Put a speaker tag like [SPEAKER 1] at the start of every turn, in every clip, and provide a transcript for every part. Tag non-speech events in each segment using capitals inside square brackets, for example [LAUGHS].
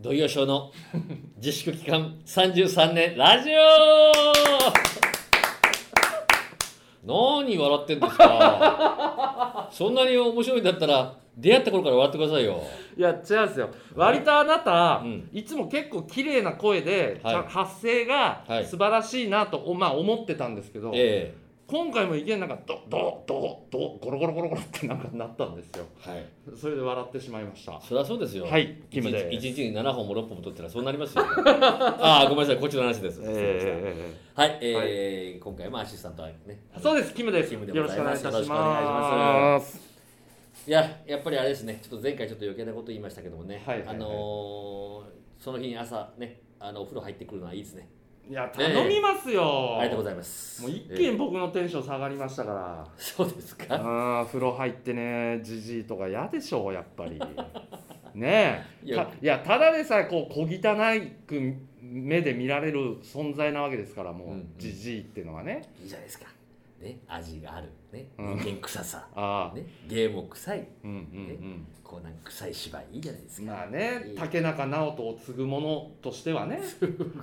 [SPEAKER 1] 土曜賞
[SPEAKER 2] [LAUGHS]
[SPEAKER 1] の自粛期間33年ラジオ何笑ってんですか
[SPEAKER 2] [LAUGHS]
[SPEAKER 1] そんなに面白いんだったら出会った頃から笑ってくださいよ
[SPEAKER 2] いや違うんですよ割とあなた、
[SPEAKER 1] うん
[SPEAKER 2] いつも結構綺麗な声で、
[SPEAKER 1] はい
[SPEAKER 2] ちゃん発声が
[SPEAKER 1] はい
[SPEAKER 2] 素晴らしいなと、おまあ、思ってたんですけど、
[SPEAKER 1] え
[SPEAKER 2] 今回もいきなりなんかドドドドゴロゴロゴロゴロってなんかなったんですよ
[SPEAKER 1] えはい
[SPEAKER 2] それで笑ってしまいました
[SPEAKER 1] そりゃそうですよ
[SPEAKER 2] はいキ
[SPEAKER 1] 一
[SPEAKER 2] ム
[SPEAKER 1] 日
[SPEAKER 2] です
[SPEAKER 1] 一日に7本も6本も取ってたらそうなり
[SPEAKER 2] [LAUGHS]
[SPEAKER 1] ますよああごめんなさいこっちの話です、
[SPEAKER 2] え
[SPEAKER 1] はい、えー今回もアシスタントはね
[SPEAKER 2] ー、そうですキムです
[SPEAKER 1] キムで
[SPEAKER 2] よ
[SPEAKER 1] ご
[SPEAKER 2] ろし
[SPEAKER 1] ざ
[SPEAKER 2] く
[SPEAKER 1] い
[SPEAKER 2] お願
[SPEAKER 1] ま
[SPEAKER 2] いい
[SPEAKER 1] す
[SPEAKER 2] たし
[SPEAKER 1] よ
[SPEAKER 2] ます
[SPEAKER 1] ろしくお願いややっぱりあれですねちょっと前回ちょっと余計なこと言いましたけどもね、
[SPEAKER 2] はいはいはい
[SPEAKER 1] あのーその日に朝ねあのお風呂入ってくるのはいいですね
[SPEAKER 2] いや頼みますよ、
[SPEAKER 1] ありがとうございます
[SPEAKER 2] もう一
[SPEAKER 1] えー
[SPEAKER 2] 見僕のテンション下がりましたから、
[SPEAKER 1] そうです
[SPEAKER 2] あ
[SPEAKER 1] か
[SPEAKER 2] あー風呂入ってねじじいとか嫌でしょうやっぱ
[SPEAKER 1] [LAUGHS]
[SPEAKER 2] りねえ
[SPEAKER 1] いや
[SPEAKER 2] たいやただでさえこう小汚いく目で見られる存在なわけですからも
[SPEAKER 1] うんう
[SPEAKER 2] うんじじいってのはね
[SPEAKER 1] いいじゃないですかね味があるね
[SPEAKER 2] うん
[SPEAKER 1] 人間臭さ、
[SPEAKER 2] ああ
[SPEAKER 1] ね芸も臭い
[SPEAKER 2] うんうん
[SPEAKER 1] こうなんか臭い芝居いいじゃないで
[SPEAKER 2] う
[SPEAKER 1] す
[SPEAKER 2] ん
[SPEAKER 1] か
[SPEAKER 2] まあね竹中直人を継ぐものとしてはね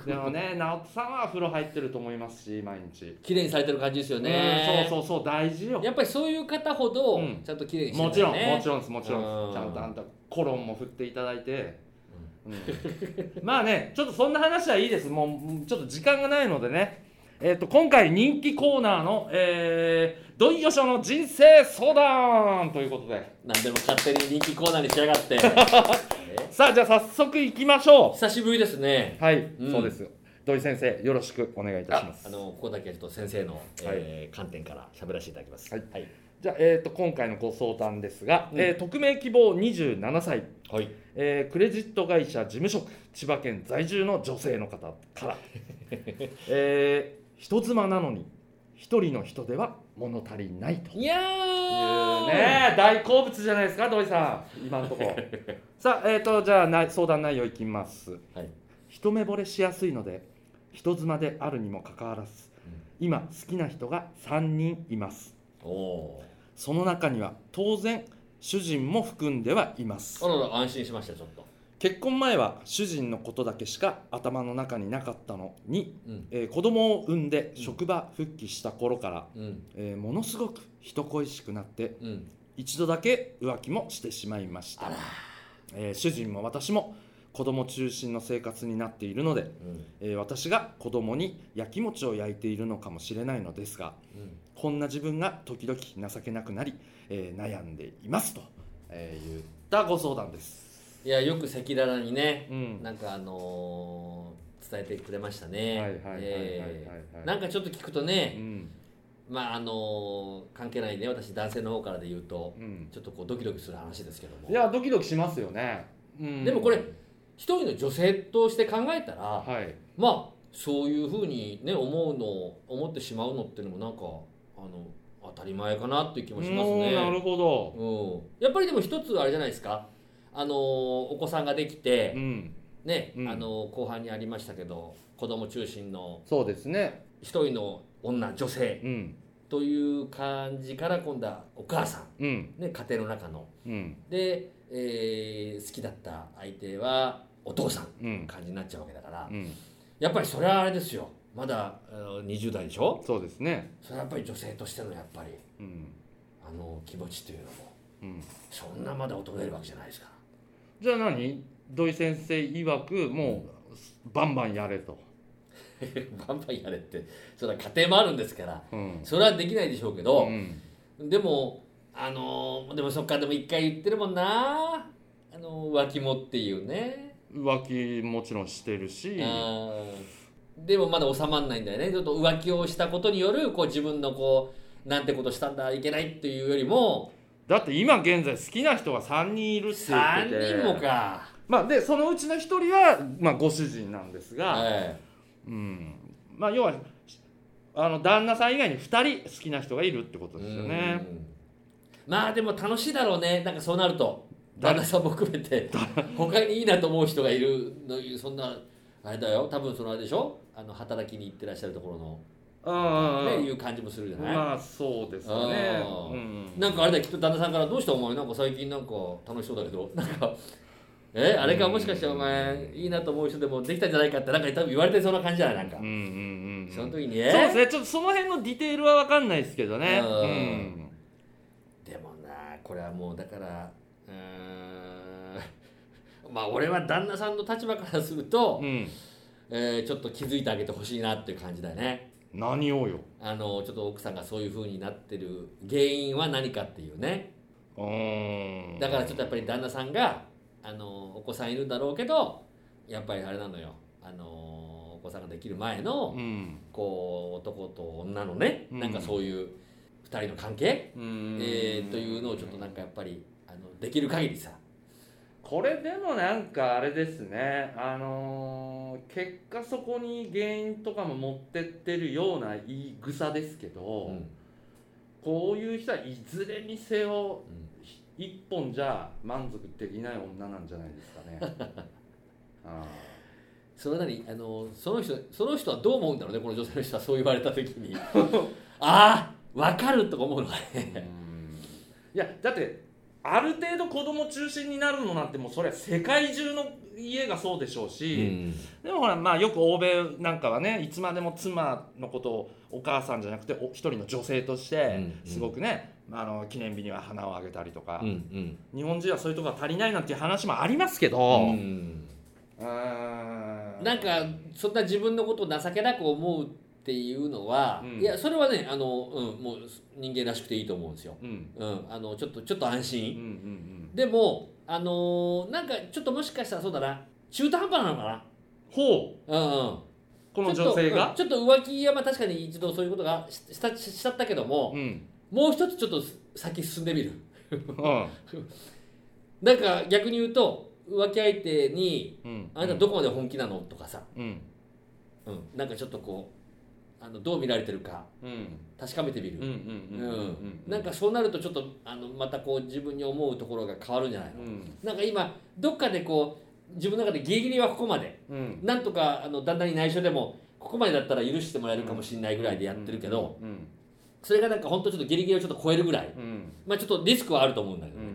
[SPEAKER 2] でもね直人さんは風呂入ってると思いますし毎日
[SPEAKER 1] 綺麗にされてる感じですよね
[SPEAKER 2] うんそうそうそう大事よ
[SPEAKER 1] やっぱりそういう方ほど
[SPEAKER 2] うん
[SPEAKER 1] ちゃんと綺麗にして
[SPEAKER 2] も
[SPEAKER 1] る
[SPEAKER 2] ちろん、
[SPEAKER 1] ね
[SPEAKER 2] もちろんですもちろん
[SPEAKER 1] う
[SPEAKER 2] で
[SPEAKER 1] ん
[SPEAKER 2] すちゃんとあんたコロンも振っていただいて、うんまあねちょっとそんな話はいいですもううんちょっと時間がないのでねえっ、と今回人気コーナーの「えー、どんよしょの人生相談」ということで
[SPEAKER 1] 何でも勝手に人気コーナーにしやが
[SPEAKER 2] [LAUGHS]
[SPEAKER 1] ってえ
[SPEAKER 2] さあじゃあ早速いきましょ
[SPEAKER 1] 久しぶりですね
[SPEAKER 2] うはい、
[SPEAKER 1] うん
[SPEAKER 2] そうです土井先生よろしくお願いいたし
[SPEAKER 1] あ
[SPEAKER 2] ます
[SPEAKER 1] あのここだけはちょっと先生の、えー観点から喋らせていただきます
[SPEAKER 2] はい
[SPEAKER 1] はい、
[SPEAKER 2] じゃあ、えー、と今回のご相談ですが、
[SPEAKER 1] うん
[SPEAKER 2] えー匿名希望27歳
[SPEAKER 1] はい
[SPEAKER 2] えークレジット会社事務職千葉県在住の女性の方
[SPEAKER 1] [LAUGHS]
[SPEAKER 2] から、えー人妻なのに一人の人では物足りないという
[SPEAKER 1] いやー
[SPEAKER 2] ねえ大好物じゃないですか土井さん今のと
[SPEAKER 1] [LAUGHS]
[SPEAKER 2] ころさあえっ、とじゃあな相談内容いきます
[SPEAKER 1] はい
[SPEAKER 2] 一目惚れしやすいので人妻であるにもかかわらず今好きな人が3人います
[SPEAKER 1] おお
[SPEAKER 2] その中には当然主人も含んではいます
[SPEAKER 1] ーあらら安心しましたちょっと、
[SPEAKER 2] 結婚前は主人のことだけしか頭の中になかったのに、
[SPEAKER 1] うん
[SPEAKER 2] えー子供を産んで職場復帰した頃から、
[SPEAKER 1] うん
[SPEAKER 2] えーものすごく人恋しくなって
[SPEAKER 1] うん、
[SPEAKER 2] 一度だけ浮気もしてしまいまし
[SPEAKER 1] あ
[SPEAKER 2] た
[SPEAKER 1] ら、
[SPEAKER 2] えー主人も私も子供中心の生活になっているので、
[SPEAKER 1] うん
[SPEAKER 2] えー私が子供にやきもちを焼いているのかもしれないのですが
[SPEAKER 1] うん、
[SPEAKER 2] こんな自分が時々情けなくなり、えー悩んでいますと、えー言ったご相談です。
[SPEAKER 1] いやよく赤裸々にね
[SPEAKER 2] うん
[SPEAKER 1] なんかあのー伝えてくれましたね
[SPEAKER 2] はいはいはいはいはいはい
[SPEAKER 1] えーなんかちょっと聞くとね、
[SPEAKER 2] ん
[SPEAKER 1] まああのー関係ないね私男性の方からで言うと
[SPEAKER 2] うん
[SPEAKER 1] ちょっとこうドキドキする話ですけども
[SPEAKER 2] いやドキドキしますよね、うん
[SPEAKER 1] でもこれ一人の女性として考えたら、
[SPEAKER 2] はい
[SPEAKER 1] まあそういうふうにね思うの思ってしまうのっていうのもなんかあの当たり前かなっていう気もします
[SPEAKER 2] おーなる
[SPEAKER 1] ね、
[SPEAKER 2] ほど、
[SPEAKER 1] うん、やっぱりでも一つあれじゃないですかあのーお子さんができて、
[SPEAKER 2] うん、
[SPEAKER 1] ね、
[SPEAKER 2] うん
[SPEAKER 1] あのー後半にありましたけど子供中心の
[SPEAKER 2] そうですね
[SPEAKER 1] 一人の女女性
[SPEAKER 2] うん
[SPEAKER 1] という感じから今度はお母さ
[SPEAKER 2] うん
[SPEAKER 1] ん、ね、家庭の中の
[SPEAKER 2] うん
[SPEAKER 1] で、えー好きだった相手はお父さん
[SPEAKER 2] うん
[SPEAKER 1] 感じになっちゃうわけだから
[SPEAKER 2] うん
[SPEAKER 1] やっぱりそれはあれですよまだあの20代でしょ
[SPEAKER 2] そうですね
[SPEAKER 1] それはやっぱり女性としてのやっぱり
[SPEAKER 2] うん
[SPEAKER 1] あの気持ちというのも
[SPEAKER 2] うん
[SPEAKER 1] そんなまだ衰えるわけじゃないですか
[SPEAKER 2] じゃあ何土井先生曰くもうバンバンやれと、
[SPEAKER 1] ら [LAUGHS] バンバンやれってそれは家庭もあるんですから
[SPEAKER 2] うん
[SPEAKER 1] それはできないでしょうけ
[SPEAKER 2] う
[SPEAKER 1] ど、
[SPEAKER 2] ん、
[SPEAKER 1] でもあのでもそっかでも一回言ってるもんなあの浮気もっていうね、
[SPEAKER 2] 浮気もちろんしてるし
[SPEAKER 1] あーでもまだ収まらないんだよねちょっと浮気をしたことによるこう自分のこうなんてことしたんだいけないっていうよりも
[SPEAKER 2] だって今現在好きな人が3人いるって言ってて
[SPEAKER 1] 3人もか、
[SPEAKER 2] まあでそのうちの1人は、まあ、ご主人なんですが、
[SPEAKER 1] はい
[SPEAKER 2] うん、まあ要はあの旦那さん以外に2人好きな人がいるってことですよね。
[SPEAKER 1] うんまあでも楽しいだろうねなんかそうなると旦那さんも含めて他にいいなと思う人がいるのにそんなあれだよ多分そのあれでしょあの働きに行ってらっしゃるところ
[SPEAKER 2] うん
[SPEAKER 1] の、
[SPEAKER 2] うん
[SPEAKER 1] ね
[SPEAKER 2] う
[SPEAKER 1] い
[SPEAKER 2] ん
[SPEAKER 1] う感じもするじゃない、
[SPEAKER 2] まあそうですよね。
[SPEAKER 1] あー
[SPEAKER 2] うん
[SPEAKER 1] [LAUGHS] なんかあれだよきっと旦那さんから「どうしたお前なんか最近なんか楽しそうだけどなんかえあれかもしかしてお前いいなと思う人でもできたんじゃないかってなんか多分言われてそうな感じじゃないなんか、
[SPEAKER 2] うんうんうん
[SPEAKER 1] その
[SPEAKER 2] そう
[SPEAKER 1] 時に
[SPEAKER 2] ですねちょっとその辺のディテールは分かんないですけどね
[SPEAKER 1] う
[SPEAKER 2] うんん
[SPEAKER 1] でもなこれはもうだからうーん [LAUGHS] まあ俺は旦那さんの立場からすると、
[SPEAKER 2] うん
[SPEAKER 1] えーちょっと気づいてあげてほしいなっていう感じだよね
[SPEAKER 2] 何をよ
[SPEAKER 1] あのちょっと奥さんがそういう風になってる原因は何かっていうね
[SPEAKER 2] うーん
[SPEAKER 1] だからちょっとやっぱり旦那さんがあのお子さんいるんだろうけどやっぱりあれなのよあのお子さんができる前の
[SPEAKER 2] うん
[SPEAKER 1] こう男と女のね
[SPEAKER 2] うん
[SPEAKER 1] なんかそういう2人の関係、
[SPEAKER 2] うん
[SPEAKER 1] えーというのをちょっとなんかやっぱりあのできる限りさ
[SPEAKER 2] これでもなんかあれですねあのー結果そこに原因とかも持ってってるような言い草ですけど、
[SPEAKER 1] うん
[SPEAKER 2] こういう人はいずれにせよ
[SPEAKER 1] うん
[SPEAKER 2] 一本じゃ満足できない女なんじゃないですかね
[SPEAKER 1] [LAUGHS]
[SPEAKER 2] あ
[SPEAKER 1] それなりにあのその人その人はどう思うんだろうねこの女性の人はそう言われた時
[SPEAKER 2] [LAUGHS]
[SPEAKER 1] にああわかるとか思うのが
[SPEAKER 2] ー
[SPEAKER 1] ね
[SPEAKER 2] いやだってある程度子供中心になるのなんてもうそれは世界中の家がそうでしょう
[SPEAKER 1] う
[SPEAKER 2] し、
[SPEAKER 1] ん
[SPEAKER 2] でもほらまあよく欧米なんかはねいつまでも妻のことをお母さんじゃなくてお一人の女性とし
[SPEAKER 1] う
[SPEAKER 2] て
[SPEAKER 1] んうん
[SPEAKER 2] すごくね、まあ、あの記念日には花をあげたりとか、
[SPEAKER 1] うんうん
[SPEAKER 2] 日本人はそういうとこが足りないなんていう話もありますけど、
[SPEAKER 1] うん
[SPEAKER 2] うーん
[SPEAKER 1] なんかそんな自分のことを情けなく思うっていうのは、
[SPEAKER 2] うん
[SPEAKER 1] いやそれはねあの、うん、もう人間らしくていいと思うんですよ、
[SPEAKER 2] うん
[SPEAKER 1] うん、あのちょっとちょっと安
[SPEAKER 2] うんう
[SPEAKER 1] 心、
[SPEAKER 2] ん
[SPEAKER 1] でもあのーなんかちょっともしかしたらそうだな中途半端なのかな
[SPEAKER 2] ほう
[SPEAKER 1] うんうん
[SPEAKER 2] この
[SPEAKER 1] ちょっと
[SPEAKER 2] 女性
[SPEAKER 1] うん
[SPEAKER 2] が
[SPEAKER 1] ちょっと浮気はまあ確かに一度そういうことがししたししたったけども、
[SPEAKER 2] ん、
[SPEAKER 1] もう一つちょっと先進んでみる
[SPEAKER 2] うん
[SPEAKER 1] なんか逆に言うと浮気相手に
[SPEAKER 2] うん
[SPEAKER 1] 「あなたどこまで本気なの?」とかさ、
[SPEAKER 2] うん
[SPEAKER 1] うん、なんかちょっとこうあのどう見られてるか
[SPEAKER 2] うん
[SPEAKER 1] 確かめてみ
[SPEAKER 2] う
[SPEAKER 1] る
[SPEAKER 2] んう、ん
[SPEAKER 1] うん
[SPEAKER 2] うん
[SPEAKER 1] なんかそうなるとちょっとあのまたこう自分に思うところが変わるんじゃないうの、
[SPEAKER 2] ん
[SPEAKER 1] なんか今どっかでこう自分の中でギリギリはここまで
[SPEAKER 2] うん
[SPEAKER 1] なんとかあの旦那に内緒でもここまでだったら許してもらえるかもしれないぐらいでやってるけど、
[SPEAKER 2] うん
[SPEAKER 1] それがなんか本当ちょっとギリギリをちょっと超えるぐらい
[SPEAKER 2] うん
[SPEAKER 1] まあちょっとリスクはあると思うんだけ
[SPEAKER 2] う
[SPEAKER 1] ど、
[SPEAKER 2] ん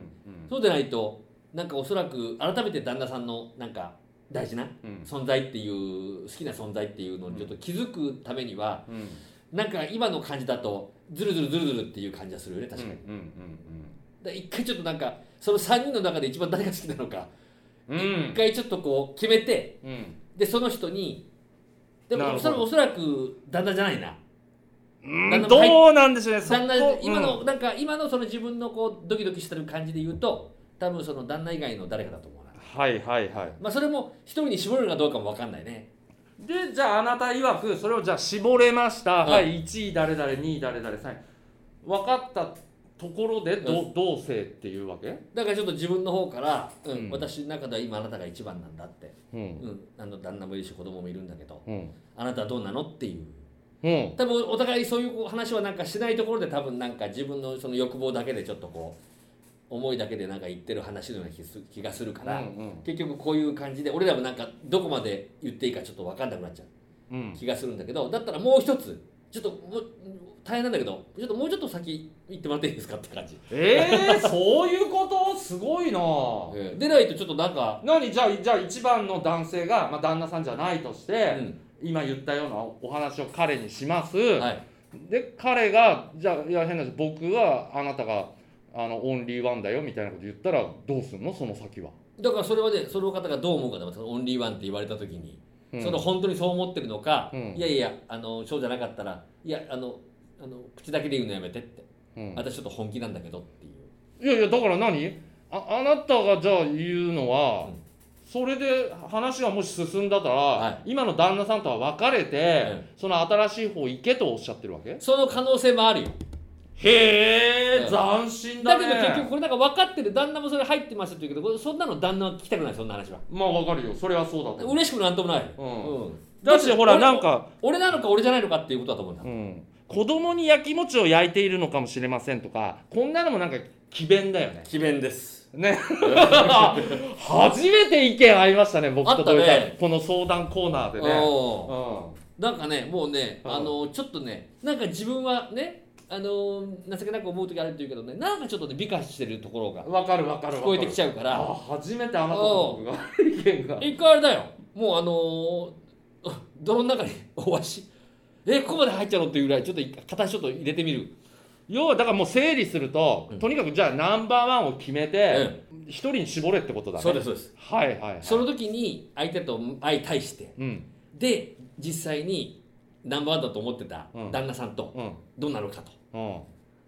[SPEAKER 1] そうでないとなんかおそらく改めて旦那さんのなんか大事な
[SPEAKER 2] うん
[SPEAKER 1] 存在っていう好きな存在っていうのにちょっと気づくためには、
[SPEAKER 2] うん
[SPEAKER 1] なんか今の感じだとズルズルズルズルっていう感じがするよね確かに、
[SPEAKER 2] うん
[SPEAKER 1] だから一回ちょっとなんかその3人の中で一番誰が好きなのか
[SPEAKER 2] うんうん
[SPEAKER 1] 一回ちょっとこう決めて
[SPEAKER 2] うんうん
[SPEAKER 1] でその人にで
[SPEAKER 2] なる
[SPEAKER 1] も
[SPEAKER 2] ほど
[SPEAKER 1] それおそらく旦那じゃないな
[SPEAKER 2] うんどうなんでしょうねそこ
[SPEAKER 1] 旦那今の、なんか今のその自分のこうドキドキしてる感じで言うと多分その旦那以外の誰かだと思うな
[SPEAKER 2] うんはいはいはい
[SPEAKER 1] まあそれも一人に絞れるかどうかも分かんないね
[SPEAKER 2] でじゃああなた曰くそれをじゃあ絞れました、
[SPEAKER 1] うん
[SPEAKER 2] はい1位誰々2位誰々3位分かったところでど、同性っていうわけ、
[SPEAKER 1] だからちょっと自分の方から、うん
[SPEAKER 2] うん
[SPEAKER 1] 私の中では今あなたが一番なんだって、
[SPEAKER 2] うん
[SPEAKER 1] うん、あの旦那もいるし子供もいるんだけど
[SPEAKER 2] うん
[SPEAKER 1] あなたはどうなのっていう
[SPEAKER 2] うん
[SPEAKER 1] 多分お互いそういう話はなんかしないところで多分なんか自分のその欲望だけでちょっとこう思いだけでなんか言ってる話のような気す気がするから、
[SPEAKER 2] うん
[SPEAKER 1] 結局こういう感じで俺らもなんかどこまで言っていいかちょっと分かんなくなっちゃう
[SPEAKER 2] うん
[SPEAKER 1] 気がするんだけどだったらもう一つちょっともう大変なんだけどちょっともうちょっと先行ってもらっていいですかって感じ、
[SPEAKER 2] えー、そういうことすごいなぁ
[SPEAKER 1] でないとちょっとなんか、
[SPEAKER 2] 何じゃあじゃあ1番の男性が、まあ、旦那さんじゃないとして、
[SPEAKER 1] う
[SPEAKER 2] 今言ったようなお話を彼にします、
[SPEAKER 1] んはい、
[SPEAKER 2] で彼がじゃあいや変な話僕はあなたがあのオンリーワンだよみたいなこと言ったらどうすんのその先は、
[SPEAKER 1] だからそれはねその方がどう思うかだオンリーワンって言われた時に、
[SPEAKER 2] うん
[SPEAKER 1] その本当にそう思ってるのか、
[SPEAKER 2] うん
[SPEAKER 1] いやいやあのそうじゃなかったらいやあのあの口だけで言うのやめてって、
[SPEAKER 2] うん
[SPEAKER 1] 私ちょっと本気なんだけどっていう
[SPEAKER 2] いやいやだから何ああなたがじゃあ言うのは、
[SPEAKER 1] うん
[SPEAKER 2] それで話がもし進んだから、
[SPEAKER 1] は
[SPEAKER 2] 今の旦那さんとは別れて、
[SPEAKER 1] え
[SPEAKER 2] その新しい方行けとおっしゃってるわけ
[SPEAKER 1] その可能性もあるよ
[SPEAKER 2] へ
[SPEAKER 1] え
[SPEAKER 2] 斬新
[SPEAKER 1] だけど結局これなんか分かってる旦那もそれ入ってましたって言うけどこれそんなの旦那は聞きたくないそんな話は
[SPEAKER 2] まあわかるよそれはそうだと思う
[SPEAKER 1] 嬉しくもなんともない、
[SPEAKER 2] うん
[SPEAKER 1] うん
[SPEAKER 2] だしほらなんか
[SPEAKER 1] 俺なのか俺じゃないのかっていうことだと思うんだ、
[SPEAKER 2] うん、子供に焼きもちを焼いているのかもしれませんとかこんなのもなんか詭弁だよね
[SPEAKER 1] 詭弁です
[SPEAKER 2] ね [LAUGHS] 初めて意見合いましたね僕
[SPEAKER 1] あ
[SPEAKER 2] と
[SPEAKER 1] ったね
[SPEAKER 2] トヨタのこの相談コーナーでね
[SPEAKER 1] おー
[SPEAKER 2] う
[SPEAKER 1] なんかねもうね、
[SPEAKER 2] うん
[SPEAKER 1] あのちょっとねなんか自分はねあのー情けなく思う時あるっていうけどねなんかちょっとね美化してるところが
[SPEAKER 2] わかるわかるわかる
[SPEAKER 1] 聞こえてきちゃうから
[SPEAKER 2] あ初めてあなたと僕が意見が
[SPEAKER 1] 一回あれだよもうあの [LAUGHS] ー泥の中におわしえここまで入っちゃうのっていうぐらいちょっと一回形ちょっと入れてみる
[SPEAKER 2] 要はだからもう整理すると、
[SPEAKER 1] うん
[SPEAKER 2] とにかくじゃあナンバーワンを決めて一、人に絞れってことだね
[SPEAKER 1] そうですそうです
[SPEAKER 2] はいはいはい
[SPEAKER 1] その時に相手と相対して
[SPEAKER 2] うん
[SPEAKER 1] で実際にナンバーワンだと思ってた
[SPEAKER 2] うん
[SPEAKER 1] 旦那さんと
[SPEAKER 2] うん
[SPEAKER 1] どうなるかと
[SPEAKER 2] うん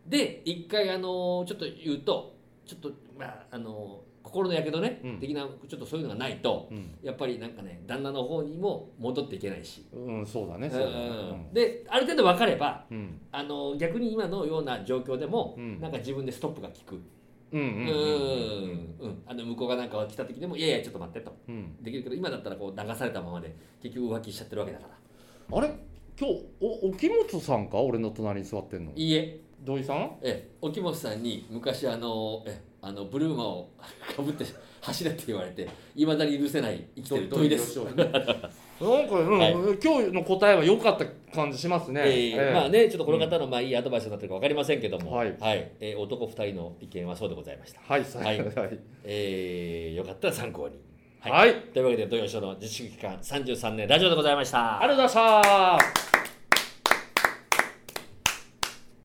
[SPEAKER 1] で一回あのーちょっと言うとちょっとまああのー心のやけどね、
[SPEAKER 2] うん
[SPEAKER 1] 的なちょっとそういうのがないと
[SPEAKER 2] うん、
[SPEAKER 1] やっぱりなんかね旦那の方にも戻っていけないし、
[SPEAKER 2] うん、そうだ
[SPEAKER 1] う
[SPEAKER 2] ね
[SPEAKER 1] ん
[SPEAKER 2] そうだね
[SPEAKER 1] である程度分かれば
[SPEAKER 2] うんうん
[SPEAKER 1] あの逆に今のような状況でも、
[SPEAKER 2] うん
[SPEAKER 1] なんか自分でストップが効く、
[SPEAKER 2] う
[SPEAKER 1] う
[SPEAKER 2] んうん
[SPEAKER 1] ん
[SPEAKER 2] うん
[SPEAKER 1] うんあの向こうがなんか来た時でもいやいやちょっと待ってと
[SPEAKER 2] うん
[SPEAKER 1] できるけど今だったらこう流されたままで結局浮気しちゃってるわけだから
[SPEAKER 2] あれ今日おお木本さんか俺の隣に座ってんの
[SPEAKER 1] いいえ
[SPEAKER 2] 土井さん
[SPEAKER 1] え沖本さんに昔あのえあのブルーマをかぶって [LAUGHS] 走れって言われていまだに許せない生きてる土井です
[SPEAKER 2] [LAUGHS] どういう状況なんか、うん
[SPEAKER 1] はい
[SPEAKER 2] 今日の答えは良かった感じしますね、
[SPEAKER 1] ええ
[SPEAKER 2] ええ
[SPEAKER 1] まあねちょっとこの方のまあいいアドバイスになってるか分かりませんけども、
[SPEAKER 2] はい
[SPEAKER 1] えー男2人の意見はそうでございました、
[SPEAKER 2] はいさ
[SPEAKER 1] はい
[SPEAKER 2] はい
[SPEAKER 1] えーよかったら参考に、
[SPEAKER 2] はい、
[SPEAKER 1] というわけで土曜ショーの自粛期間33年ラジオでございました
[SPEAKER 2] ありがとうございました